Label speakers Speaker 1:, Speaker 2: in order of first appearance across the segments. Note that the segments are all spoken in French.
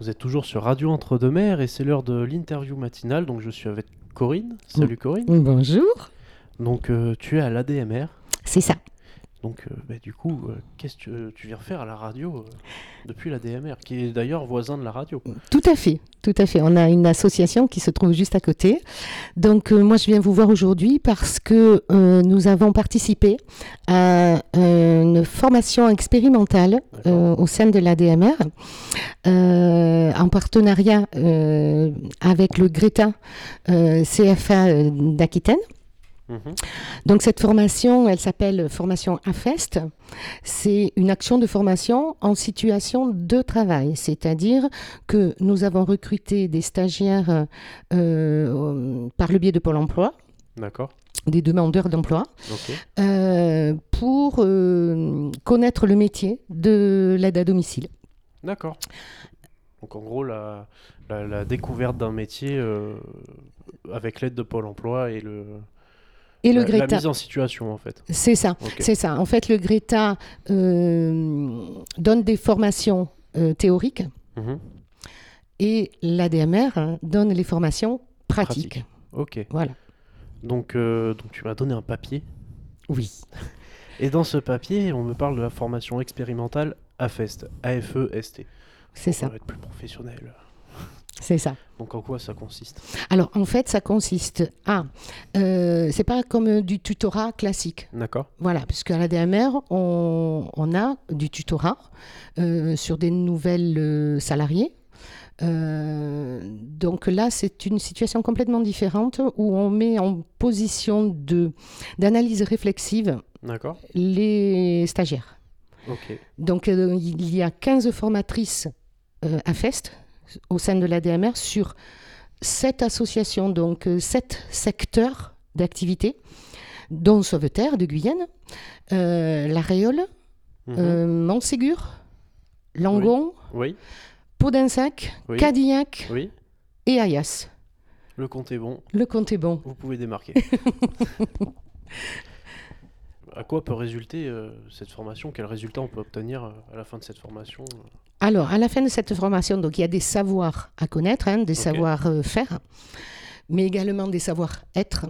Speaker 1: Vous êtes toujours sur Radio Entre deux Mers et c'est l'heure de l'interview matinale. Donc je suis avec Corinne. Salut Corinne.
Speaker 2: Bonjour.
Speaker 1: Donc euh, tu es à l'ADMR.
Speaker 2: C'est ça.
Speaker 1: Donc euh, bah, du coup, euh, qu'est-ce que tu viens faire à la radio euh, depuis l'ADMR, qui est d'ailleurs voisin de la radio
Speaker 2: Tout à fait, tout à fait. On a une association qui se trouve juste à côté. Donc euh, moi, je viens vous voir aujourd'hui parce que euh, nous avons participé à euh, une formation expérimentale euh, au sein de l'ADMR euh, en partenariat euh, avec le Greta euh, CFA euh, d'Aquitaine. Euh.
Speaker 1: Mhm.
Speaker 2: Donc cette formation, elle s'appelle formation AFEST. C'est une action de formation en situation de travail, c'est-à-dire que nous avons recruté des stagiaires euh, par le biais de Pôle Emploi,
Speaker 1: D'accord.
Speaker 2: des demandeurs d'emploi,
Speaker 1: Ok.
Speaker 2: euh, pour euh, connaître le métier de l'aide à domicile.
Speaker 1: D'accord. Donc en gros, la, la- la découverte d'un métier euh, avec l'aide de Pôle Emploi et le
Speaker 2: Et le
Speaker 1: la, la
Speaker 2: Greta,
Speaker 1: mise en situation en fait.
Speaker 2: c'est ça.
Speaker 1: Ok.
Speaker 2: C'est ça. En fait, le Greta euh, donne des formations euh, théoriques
Speaker 1: Mhm.
Speaker 2: et l'ADMR hein, donne les formations pratiques.
Speaker 1: Pratique. Ok.
Speaker 2: Voilà.
Speaker 1: Donc euh, donc tu m'as donné un papier
Speaker 2: Oui.
Speaker 1: et dans ce papier, on me parle de la formation expérimentale E AFEST. AFEST.
Speaker 2: C'est ça,
Speaker 1: Pour être plus professionnel.
Speaker 2: c'est ça.
Speaker 1: Donc en quoi ça consiste
Speaker 2: Alors en fait, ça consiste à, euh, c'est pas comme euh, du tutorat classique,
Speaker 1: D'accord.
Speaker 2: voilà, puisque à la DMR, on, on a du tutorat euh, sur des nouvelles euh, salariés. Euh, donc là, c'est une situation complètement différente où on met en position de d'analyse réflexive
Speaker 1: D'accord.
Speaker 2: les stagiaires.
Speaker 1: Ok.
Speaker 2: Donc, euh, il y a 15 formatrices euh, à FEST au sein de l'ADMR sur sept associations, donc euh, sept secteurs d'activité, dont Sauveterre de Guyane, euh, La Réole,
Speaker 1: Mhm.
Speaker 2: euh, Montségur, Langon,
Speaker 1: Oui,
Speaker 2: Podinsac,
Speaker 1: Oui.
Speaker 2: Cadillac
Speaker 1: oui.
Speaker 2: et Ayas.
Speaker 1: Le compte est bon.
Speaker 2: Le compte est bon.
Speaker 1: Vous pouvez démarquer. à quoi peut résulter euh, cette formation Quel résultat on peut obtenir euh, à la fin de cette formation euh
Speaker 2: Alors, à la fin de cette formation, donc il y a des savoirs à connaître, hein, des
Speaker 1: Ok.
Speaker 2: savoir-faire, mais également des savoir-être,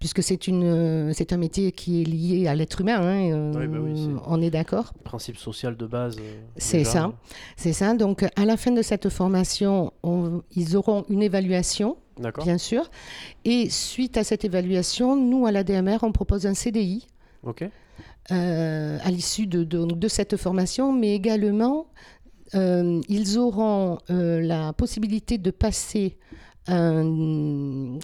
Speaker 2: puisque c'est une, euh, c'est un métier qui est lié à l'être humain. hein, et, euh,
Speaker 1: Oui, bah oui, c'est-
Speaker 2: on est d'accord,
Speaker 1: Principe social de base. euh,
Speaker 2: C'est
Speaker 1: déjà,
Speaker 2: ça. c'est ça. Donc, à la fin de cette formation, on- ils auront une évaluation,
Speaker 1: euh, D'accord.
Speaker 2: bien sûr, et suite à cette évaluation, nous à l'ADMR, on propose un CDI
Speaker 1: Ok.
Speaker 2: euh, à l'issue de, de- de cette formation, mais également, euh, ils auront euh, la possibilité de passer un...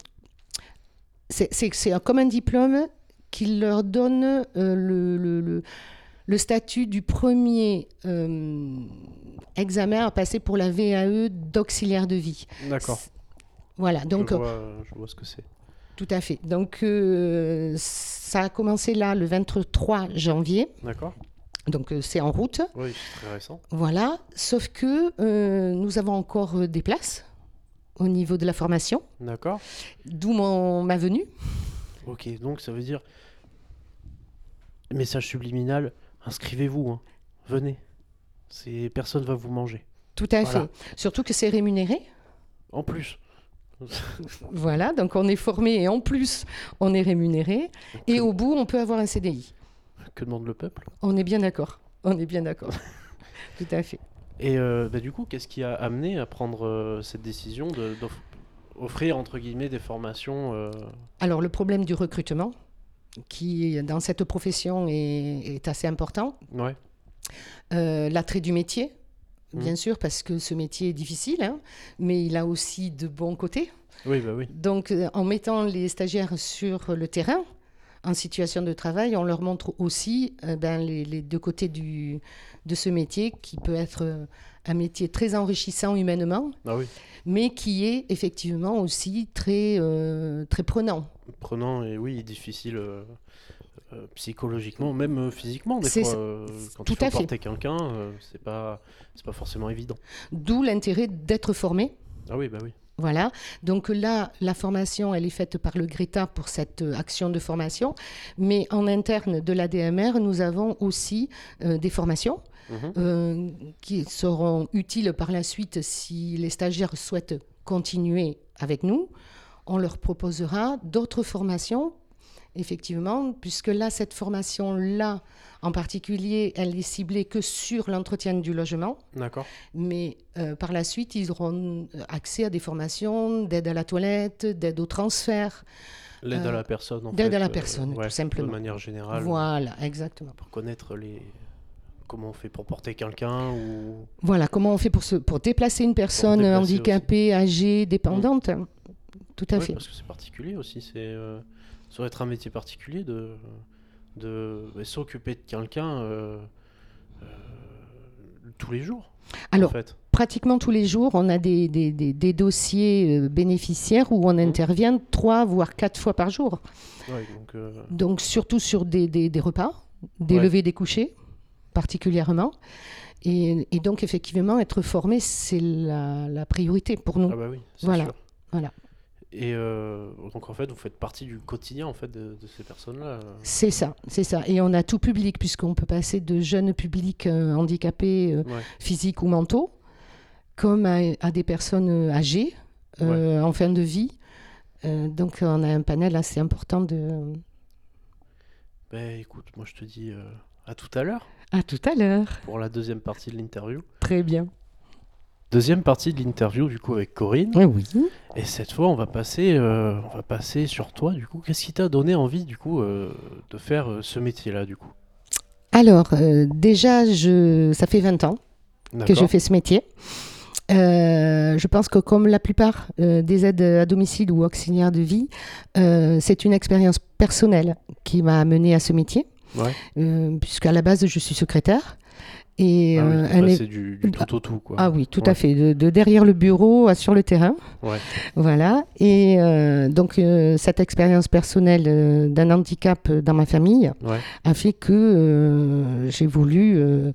Speaker 2: C'est c'est- c'est un- comme un diplôme qui leur donne euh, le, le- le- le statut du premier euh, examen à passer pour la VAE d'auxiliaire de vie.
Speaker 1: D'accord.
Speaker 2: C'est- Voilà, donc
Speaker 1: je, vois, euh, je vois ce que c'est.
Speaker 2: tout à fait. Donc euh, ça a commencé là le 23 janvier.
Speaker 1: D'accord.
Speaker 2: Donc euh, c'est en route,
Speaker 1: Oui, c'est très récent.
Speaker 2: voilà. Sauf que euh, nous avons encore euh, des places au niveau de la formation,
Speaker 1: D'accord.
Speaker 2: d'où mon- ma venue.
Speaker 1: Ok, donc ça veut dire. Message subliminal inscrivez-vous. hein. Venez. C'est... Personne va vous manger.
Speaker 2: Tout à
Speaker 1: Voilà.
Speaker 2: fait. Surtout que c'est rémunéré.
Speaker 1: En plus.
Speaker 2: Voilà, donc on est formé et en plus on est rémunéré. Et au bout, on peut avoir un CDI.
Speaker 1: Que demande le peuple
Speaker 2: On est bien d'accord. On est bien d'accord. Tout à fait.
Speaker 1: Et euh, bah, du coup, qu'est-ce qui a amené à prendre euh, cette décision de, d'off- offrir entre guillemets des formations euh,
Speaker 2: Alors le problème du recrutement, qui dans cette profession est- est assez important,
Speaker 1: Ouais,
Speaker 2: Euh, l'attrait du métier,
Speaker 1: Mhm.
Speaker 2: bien sûr, parce que ce métier est difficile, hein, mais il a aussi de bons côtés.
Speaker 1: oui, bah oui,
Speaker 2: Donc, euh, en mettant les stagiaires sur le terrain, en situation de travail, on leur montre aussi euh, ben, les, les deux côtés du, de ce métier, qui peut être euh, un métier très enrichissant humainement,
Speaker 1: ah oui,
Speaker 2: mais qui est effectivement aussi très, euh, très prenant.
Speaker 1: prenant et oui, difficile euh, euh, psychologiquement, même euh, physiquement des
Speaker 2: C'est
Speaker 1: fois.
Speaker 2: ça.
Speaker 1: euh, quand
Speaker 2: Tout
Speaker 1: il faut
Speaker 2: à fait.
Speaker 1: porter quelqu'un, euh, c'est pas, c'est pas forcément évident.
Speaker 2: D'où l'intérêt d'être formé
Speaker 1: Ah oui, bah oui,
Speaker 2: Voilà. Donc là, la formation, elle est faite par le Greta pour cette euh, action de formation. Mais en interne de l'ADMR, nous avons aussi euh, des formations
Speaker 1: Mhm.
Speaker 2: euh, qui seront utiles par la suite si les stagiaires souhaitent continuer avec nous. On leur proposera d'autres formations, effectivement, puisque là, cette formation-là, en particulier, elle est ciblée que sur l'entretien du logement.
Speaker 1: D'accord.
Speaker 2: Mais euh, par la suite, ils auront accès à des formations d'aide à la toilette, d'aide au transfert.
Speaker 1: L'aide à
Speaker 2: Euh,
Speaker 1: la personne. en
Speaker 2: d'aide
Speaker 1: fait,
Speaker 2: à la
Speaker 1: euh,
Speaker 2: personne, tout simplement.
Speaker 1: De manière générale,
Speaker 2: Voilà, exactement.
Speaker 1: pour connaître les... comment on fait pour porter quelqu'un ou
Speaker 2: Voilà, comment on fait pour, se, pour déplacer une personne
Speaker 1: déplacer
Speaker 2: handicapée, âgée, dépendante Tout à
Speaker 1: Ouais,
Speaker 2: fait.
Speaker 1: parce que c'est particulier aussi. C'est euh, ça doit être un métier particulier de de bah, s'occuper de quelqu'un euh, euh, tous les jours.
Speaker 2: Alors,
Speaker 1: en fait.
Speaker 2: pratiquement tous les jours, on a des, des- des- des dossiers euh, bénéficiaires où on
Speaker 1: Mmh.
Speaker 2: intervient trois, voire quatre fois par jour.
Speaker 1: Ouais, donc, euh,
Speaker 2: Donc, surtout sur des, des- des repas, des
Speaker 1: Ouais.
Speaker 2: levées, des couchers, particulièrement. Et, et donc, effectivement, être formé, c'est la, la priorité pour nous.
Speaker 1: ah bah oui. c'est
Speaker 2: Voilà,
Speaker 1: sûr.
Speaker 2: voilà.
Speaker 1: Et euh, donc en fait, vous faites partie du quotidien en fait de, de ces personnes-là.
Speaker 2: C'est ça, c'est ça. Et on a tout public, puisqu'on peut passer de jeunes publics euh, handicapés euh,
Speaker 1: Ouais.
Speaker 2: physiques ou mentaux, comme à, à des personnes euh, âgées, euh, en fin de vie. Euh, donc on a un panel assez important de...
Speaker 1: Ben écoute, moi je te dis euh, à tout à l'heure
Speaker 2: À tout à l'heure.
Speaker 1: pour la deuxième partie de l'interview.
Speaker 2: Très bien.
Speaker 1: Deuxième partie de l'interview du coup avec Corinne.
Speaker 2: Oui.
Speaker 1: Et cette fois, on va passer, euh, on va passer sur toi. Du coup, qu'est-ce qui t'a donné envie, du coup, euh, de faire euh, ce métier-là, du coup
Speaker 2: Alors, euh, déjà, je... ça fait 20 ans que je
Speaker 1: D'accord. Ah
Speaker 2: fais ce métier. Euh, je pense que comme la plupart euh, des aides à domicile ou auxiliaires de vie, euh, c'est une expérience personnelle qui m'a amenée à ce métier,
Speaker 1: Ouais.
Speaker 2: Euh, puisqu'à la base je suis secrétaire. Et,
Speaker 1: Ah oui,
Speaker 2: euh,
Speaker 1: donc
Speaker 2: un
Speaker 1: là,
Speaker 2: é-
Speaker 1: c'est du, du tout au tout, quoi.
Speaker 2: ah oui, tout
Speaker 1: Ouais.
Speaker 2: à fait, de, de derrière le bureau à sur le terrain.
Speaker 1: Ouais.
Speaker 2: Voilà, et euh, donc euh, cette expérience personnelle euh, d'un handicap euh, dans ma famille
Speaker 1: Ouais.
Speaker 2: a fait que euh, j'ai voulu euh,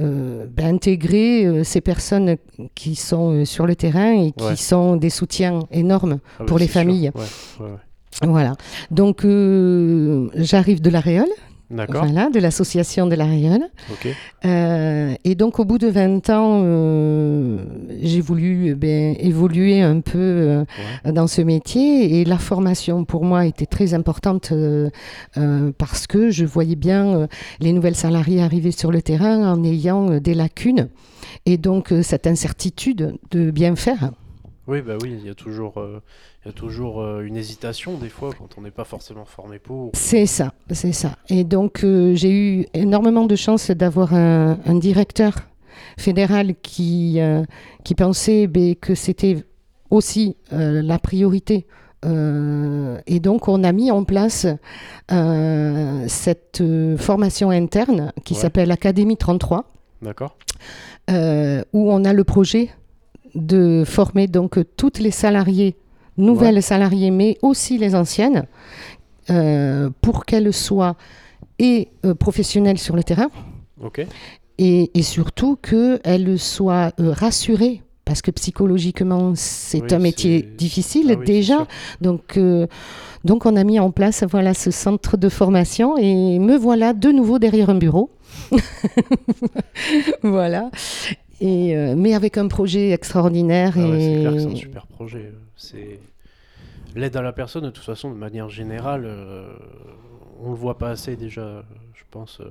Speaker 2: euh, ben, intégrer euh, ces personnes qui sont euh, sur le terrain et qui
Speaker 1: Ouais.
Speaker 2: sont des soutiens énormes.
Speaker 1: Ah oui,
Speaker 2: pour les
Speaker 1: c'est sûr.
Speaker 2: familles.
Speaker 1: Ouais, ouais, ouais.
Speaker 2: Voilà. Donc euh, j'arrive de la Réole,
Speaker 1: D'accord.
Speaker 2: voilà, de l'association de la Réole.
Speaker 1: Ok.
Speaker 2: Euh, et donc au bout de 20 ans, euh, j'ai voulu eh ben, évoluer un peu euh, dans ce métier et la formation pour moi était très importante euh, euh, parce que je voyais bien euh, les nouvelles salariées arriver sur le terrain en ayant euh, des lacunes et donc euh, cette incertitude de bien faire.
Speaker 1: Oui, bah oui, il y a toujours, euh, il y a toujours euh, une hésitation des fois quand on n'est pas forcément formé pour.
Speaker 2: C'est ça, c'est ça. Et donc, euh, j'ai eu énormément de chance d'avoir un, un directeur fédéral qui, euh, qui pensait ben, que c'était aussi euh, la priorité. Euh, et donc, on a mis en place euh, cette euh, formation interne qui
Speaker 1: Ouais.
Speaker 2: s'appelle Académie 33
Speaker 1: D'accord.
Speaker 2: euh, où on a le projet de former donc toutes les salariées, nouvelles salariées, mais aussi les anciennes, euh, pour qu'elles soient et euh, professionnelles sur le terrain,
Speaker 1: Ok.
Speaker 2: et, et surtout qu'elles soient euh, rassurées. Parce que psychologiquement, c'est
Speaker 1: Oui,
Speaker 2: un métier
Speaker 1: c'est-
Speaker 2: difficile
Speaker 1: Ah oui, c'est
Speaker 2: déjà.
Speaker 1: sûr.
Speaker 2: Donc, euh, donc, on a mis en place voilà, ce centre de formation et me voilà de nouveau derrière un bureau. voilà. Et, euh, mais avec un projet extraordinaire.
Speaker 1: Ah ouais, c'est
Speaker 2: et...
Speaker 1: clair que c'est un super projet. euh, C'est l'aide à la personne, de toute façon, de manière générale, euh, on le voit pas assez déjà, euh, je pense. euh,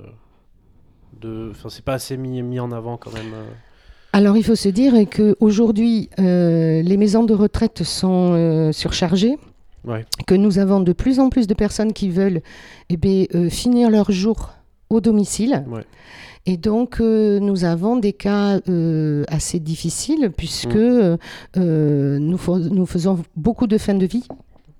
Speaker 1: de, enfin, c'est pas assez mis, mis en avant quand même. euh.
Speaker 2: Alors, il faut se dire qu'aujourd'hui, les maisons de retraite sont euh, surchargées.
Speaker 1: Ouais.
Speaker 2: que nous avons de plus en plus de personnes qui veulent eh ben, euh, finir leur jour au domicile.
Speaker 1: Ouais.
Speaker 2: Et donc, euh, nous avons des cas euh, assez difficiles puisque
Speaker 1: Mm.
Speaker 2: euh, euh, nous, fais- nous faisons beaucoup de fins de vie,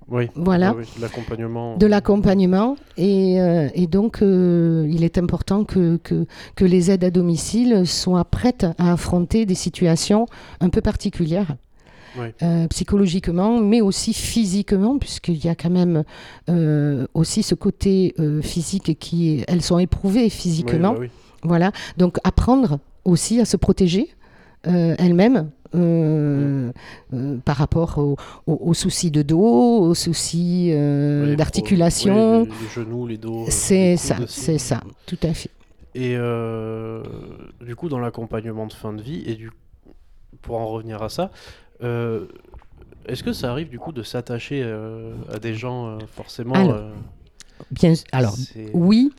Speaker 1: Oui.
Speaker 2: voilà,
Speaker 1: ah oui, oui, de l'accompagnement.
Speaker 2: de l'accompagnement. Et, euh, et donc, euh, il est important que, que, que les aides à domicile soient prêtes à affronter des situations un peu particulières.
Speaker 1: Ouais.
Speaker 2: euh, psychologiquement, mais aussi physiquement, puisqu'il y a quand même euh, aussi ce côté euh, physique qui est, elles sont éprouvées
Speaker 1: Oui,
Speaker 2: physiquement.
Speaker 1: bah oui.
Speaker 2: Voilà. Donc apprendre aussi à se protéger euh, elle-même euh, euh, par rapport aux au, au soucis de dos, aux soucis euh,
Speaker 1: Ouais,
Speaker 2: d'articulation.
Speaker 1: pour- oui, les, les genoux, les dos. euh, les
Speaker 2: c'est
Speaker 1: coudes
Speaker 2: ça,
Speaker 1: aussi.
Speaker 2: c'est ça, tout à fait.
Speaker 1: Et euh, du coup, dans l'accompagnement de fin de vie, et du pour en revenir à ça, euh, est-ce que ça arrive du coup de s'attacher euh, à des gens euh, forcément
Speaker 2: Alors,
Speaker 1: euh,
Speaker 2: Bien, alors,
Speaker 1: c'est-
Speaker 2: oui,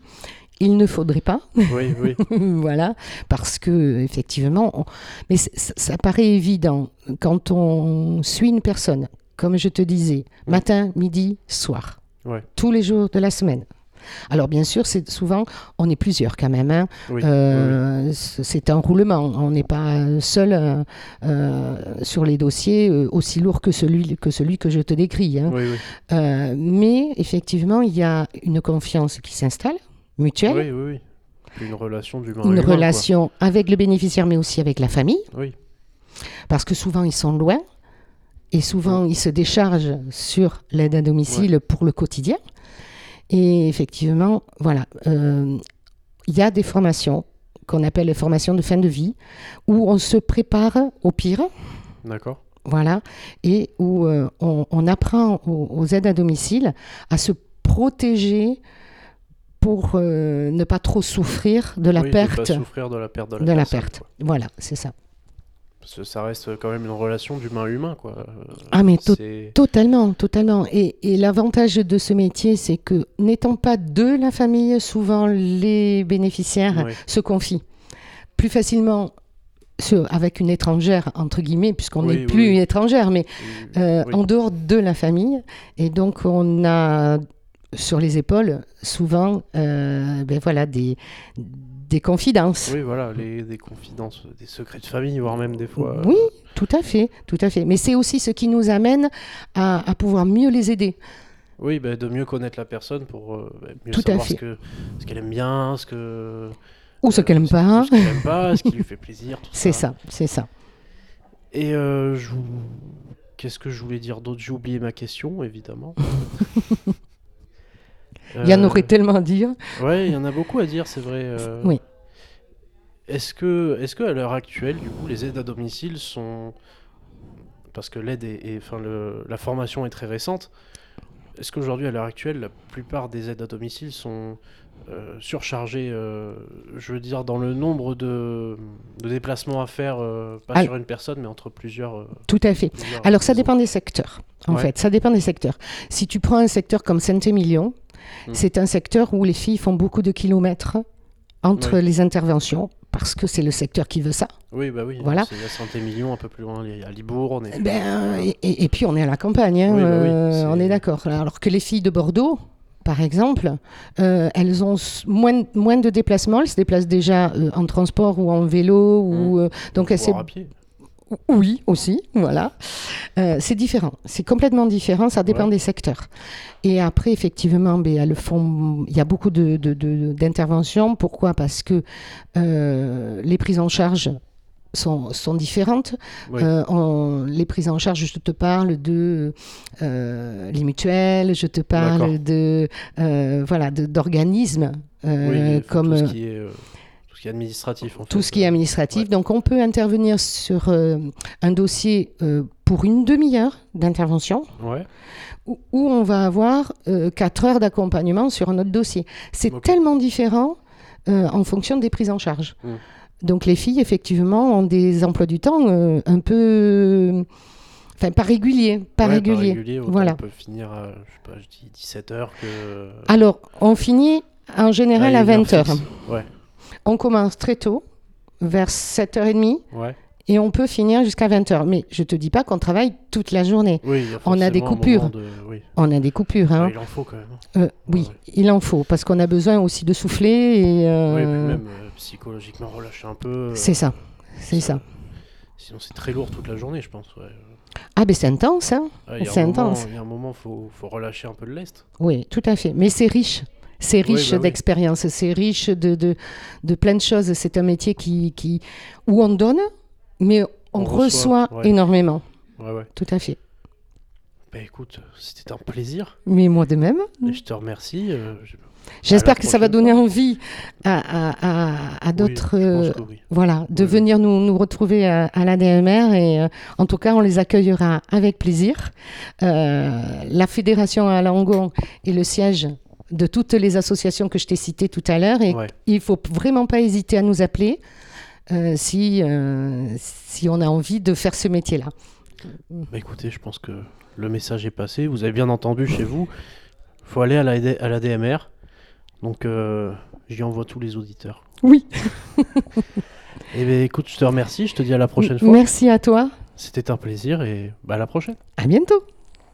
Speaker 2: il ne faudrait pas,
Speaker 1: oui, oui.
Speaker 2: voilà, parce que effectivement, on- mais c- c- ça paraît évident quand on suit une personne, comme je te disais,
Speaker 1: Oui.
Speaker 2: matin, midi, soir,
Speaker 1: Ouais.
Speaker 2: tous les jours de la semaine. Alors bien sûr, c'est souvent, on est plusieurs quand même. hein.
Speaker 1: oui, oui,
Speaker 2: Euh, c- C'est un roulement. On n'est pas seul euh, euh, sur les dossiers euh, aussi lourds que celui que, celui que je te décris. hein.
Speaker 1: oui, oui, oui,
Speaker 2: Euh, mais effectivement, il y a une confiance qui s'installe
Speaker 1: oui,
Speaker 2: mutuelle
Speaker 1: oui, oui. Une relation d'humain à
Speaker 2: une
Speaker 1: humain, quoi.
Speaker 2: relation avec le bénéficiaire, mais aussi avec la famille,
Speaker 1: Oui,
Speaker 2: parce que souvent ils sont loin et souvent ils se déchargent sur l'aide à domicile pour le quotidien. Et effectivement, voilà, euh, il y a des formations qu'on appelle les formations de fin de vie, où on se prépare au pire,
Speaker 1: d'accord.
Speaker 2: voilà, et où euh, on, on apprend aux, aux aides à domicile à se protéger pour euh, ne pas trop souffrir de la
Speaker 1: Oui, de pas
Speaker 2: perte.
Speaker 1: souffrir de la perte de la,
Speaker 2: de la
Speaker 1: personne,
Speaker 2: perte.
Speaker 1: quoi. Euh,
Speaker 2: Voilà, c'est ça.
Speaker 1: Parce que ça reste quand même une relation d'humain à humain, quoi. Euh,
Speaker 2: Ah, mais to-
Speaker 1: c'est-
Speaker 2: totalement, totalement. Et, et l'avantage de ce métier, c'est que n'étant pas de la famille, souvent les bénéficiaires
Speaker 1: ouais,
Speaker 2: se confient plus facilement sur- avec une étrangère, entre guillemets, puisqu'on
Speaker 1: Oui,
Speaker 2: n'est
Speaker 1: oui,
Speaker 2: plus
Speaker 1: oui.
Speaker 2: une étrangère, mais
Speaker 1: oui,
Speaker 2: euh,
Speaker 1: oui.
Speaker 2: en dehors de la famille. Et donc, on a sur les épaules souvent euh, ben voilà, des, des confidences.
Speaker 1: Oui, voilà, les, des confidences, des secrets de famille, voire même des fois. euh,
Speaker 2: Oui, tout à fait, tout à fait. Mais c'est aussi ce qui nous amène à, à pouvoir mieux les aider.
Speaker 1: Oui, bah, de mieux connaître la personne pour euh, bah, mieux
Speaker 2: Tout à
Speaker 1: savoir
Speaker 2: fait.
Speaker 1: ce que- ce qu'elle aime bien, ce que
Speaker 2: Ou ce
Speaker 1: euh,
Speaker 2: qu'elle aime pas.
Speaker 1: ce qu'elle aime pas, ce qui lui fait plaisir. tout
Speaker 2: C'est ça, c'est ça.
Speaker 1: Et euh, je vous- qu'est-ce que je voulais dire d'autre J'ai oublié ma question, évidemment.
Speaker 2: Il y en
Speaker 1: Euh,
Speaker 2: aurait tellement à dire.
Speaker 1: Ouais, il y en a beaucoup à dire, c'est vrai. euh.
Speaker 2: Oui.
Speaker 1: Est-ce que, est-ce que à l'heure actuelle, du coup, les aides à domicile sont, parce que l'aide est, est- enfin, le- la formation est très récente. Est-ce qu'aujourd'hui, à l'heure actuelle, la plupart des aides à domicile sont euh, surchargées, euh, je veux dire, dans le nombre de, de déplacements à faire, euh, pas
Speaker 2: Al-
Speaker 1: sur une personne, mais entre plusieurs. euh,
Speaker 2: Tout à fait.
Speaker 1: plusieurs
Speaker 2: Alors ça
Speaker 1: maisons.
Speaker 2: dépend des secteurs, en
Speaker 1: Ouais.
Speaker 2: fait. Ça dépend des secteurs. Si tu prends un secteur comme Saint-Émilion,
Speaker 1: Mm.
Speaker 2: c'est un secteur où les filles font beaucoup de kilomètres entre
Speaker 1: Oui.
Speaker 2: les interventions. Parce que c'est le secteur qui veut ça.
Speaker 1: Oui, bah oui.
Speaker 2: Voilà.
Speaker 1: C'est à Saint-Émilion, un peu plus loin, les- à Libourne. Et...
Speaker 2: Ben, et, et- et puis on est à la campagne, hein,
Speaker 1: Oui, bah oui,
Speaker 2: euh,
Speaker 1: c'est-
Speaker 2: on est d'accord. Alors que les filles de Bordeaux, par exemple, euh, elles ont s- moins, moins de déplacements, elles se déplacent déjà euh, en transport ou en vélo.
Speaker 1: Mmh.
Speaker 2: Ou, euh, donc elles, s'est-
Speaker 1: voire à pied.
Speaker 2: Oui, aussi, voilà. Euh, c'est différent, c'est complètement différent, ça dépend
Speaker 1: Ouais.
Speaker 2: des secteurs. Et après, effectivement, ben, elles font- il y a beaucoup de- de- de- d'interventions. Pourquoi Parce que euh, les prises en charge sont, sont différentes.
Speaker 1: Oui.
Speaker 2: Euh, on- les prises en charge, je te parle de euh, les mutuelles, je te parle
Speaker 1: D'accord.
Speaker 2: de euh, voilà de- d'organismes euh,
Speaker 1: Oui, mais faut
Speaker 2: comme
Speaker 1: tout ce qui est, euh, tout ce qui est administratif. En
Speaker 2: tout
Speaker 1: fait,
Speaker 2: ce qui est
Speaker 1: euh.
Speaker 2: administratif.
Speaker 1: ouais.
Speaker 2: Donc, on peut intervenir sur euh, un dossier euh, pour une demi-heure d'intervention
Speaker 1: Ouais.
Speaker 2: ou ou on va avoir euh, quatre heures d'accompagnement sur un autre dossier. C'est
Speaker 1: Ok.
Speaker 2: tellement différent euh, en fonction des prises en charge.
Speaker 1: Mm.
Speaker 2: Donc, les filles, effectivement, ont des emplois du temps euh, un peu. Enfin, pas réguliers. Pas
Speaker 1: Ouais,
Speaker 2: réguliers.
Speaker 1: autant
Speaker 2: voilà.
Speaker 1: On peut finir à, je sais pas, je dis 17h que.
Speaker 2: Alors, on finit en général à
Speaker 1: une heure
Speaker 2: 20 heures.
Speaker 1: fixe. Ouais,
Speaker 2: On commence très tôt, vers 7h30.
Speaker 1: ouais.
Speaker 2: Et on peut finir jusqu'à 20h. Mais je te dis pas qu'on travaille toute la journée.
Speaker 1: Oui, il y a
Speaker 2: On a des
Speaker 1: forcément un
Speaker 2: coupures.
Speaker 1: moment de- oui.
Speaker 2: On a des coupures. hein.
Speaker 1: Ouais, il en faut quand même.
Speaker 2: Euh, oui,
Speaker 1: Ouais.
Speaker 2: il en faut, parce qu'on a besoin aussi de souffler. Et, euh,
Speaker 1: Oui, puis même euh, psychologiquement relâcher un peu. euh,
Speaker 2: C'est ça, c'est ça.
Speaker 1: Sinon, c'est très lourd toute la journée, je pense. ouais.
Speaker 2: Ah, ben c'est intense, hein
Speaker 1: Ouais, il y a un
Speaker 2: C'est
Speaker 1: moment-
Speaker 2: intense.
Speaker 1: Il y a un moment, faut, faut relâcher un peu de lest.
Speaker 2: Oui, tout à fait. Mais c'est riche. C'est
Speaker 1: Oui,
Speaker 2: riche
Speaker 1: bah oui.
Speaker 2: d'expérience, c'est riche de, de, de plein de choses. C'est un métier qui, qui, où on donne, mais on,
Speaker 1: On
Speaker 2: reçoit,
Speaker 1: reçoit, ouais.
Speaker 2: énormément.
Speaker 1: Ouais, ouais.
Speaker 2: Tout à fait.
Speaker 1: Bah écoute, c'était un plaisir.
Speaker 2: Mais moi de même.
Speaker 1: Et je te remercie. euh, je-
Speaker 2: J'espère
Speaker 1: la
Speaker 2: que ça va
Speaker 1: prochaine
Speaker 2: donner envie à, à- à- à d'autres,
Speaker 1: Oui, je
Speaker 2: euh,
Speaker 1: pense que oui.
Speaker 2: voilà, de
Speaker 1: Oui.
Speaker 2: venir nous, nous retrouver à, à l'ADMR et euh, en tout cas, on les accueillera avec plaisir. Euh, la fédération à Langon est le siège de toutes les associations que je t'ai citées tout à l'heure et
Speaker 1: Ouais.
Speaker 2: il faut vraiment pas hésiter à nous appeler euh, si, euh, si on a envie de faire ce métier-là.
Speaker 1: Bah écoutez, je pense que le message est passé. Vous avez bien entendu chez vous. faut aller à la, à la DMR. Donc, euh, j'y envoie tous les auditeurs.
Speaker 2: Oui.
Speaker 1: Eh bien, écoute, je te remercie. Je te dis à la prochaine fois.
Speaker 2: Merci à toi.
Speaker 1: C'était un plaisir et bah, à la prochaine.
Speaker 2: À bientôt.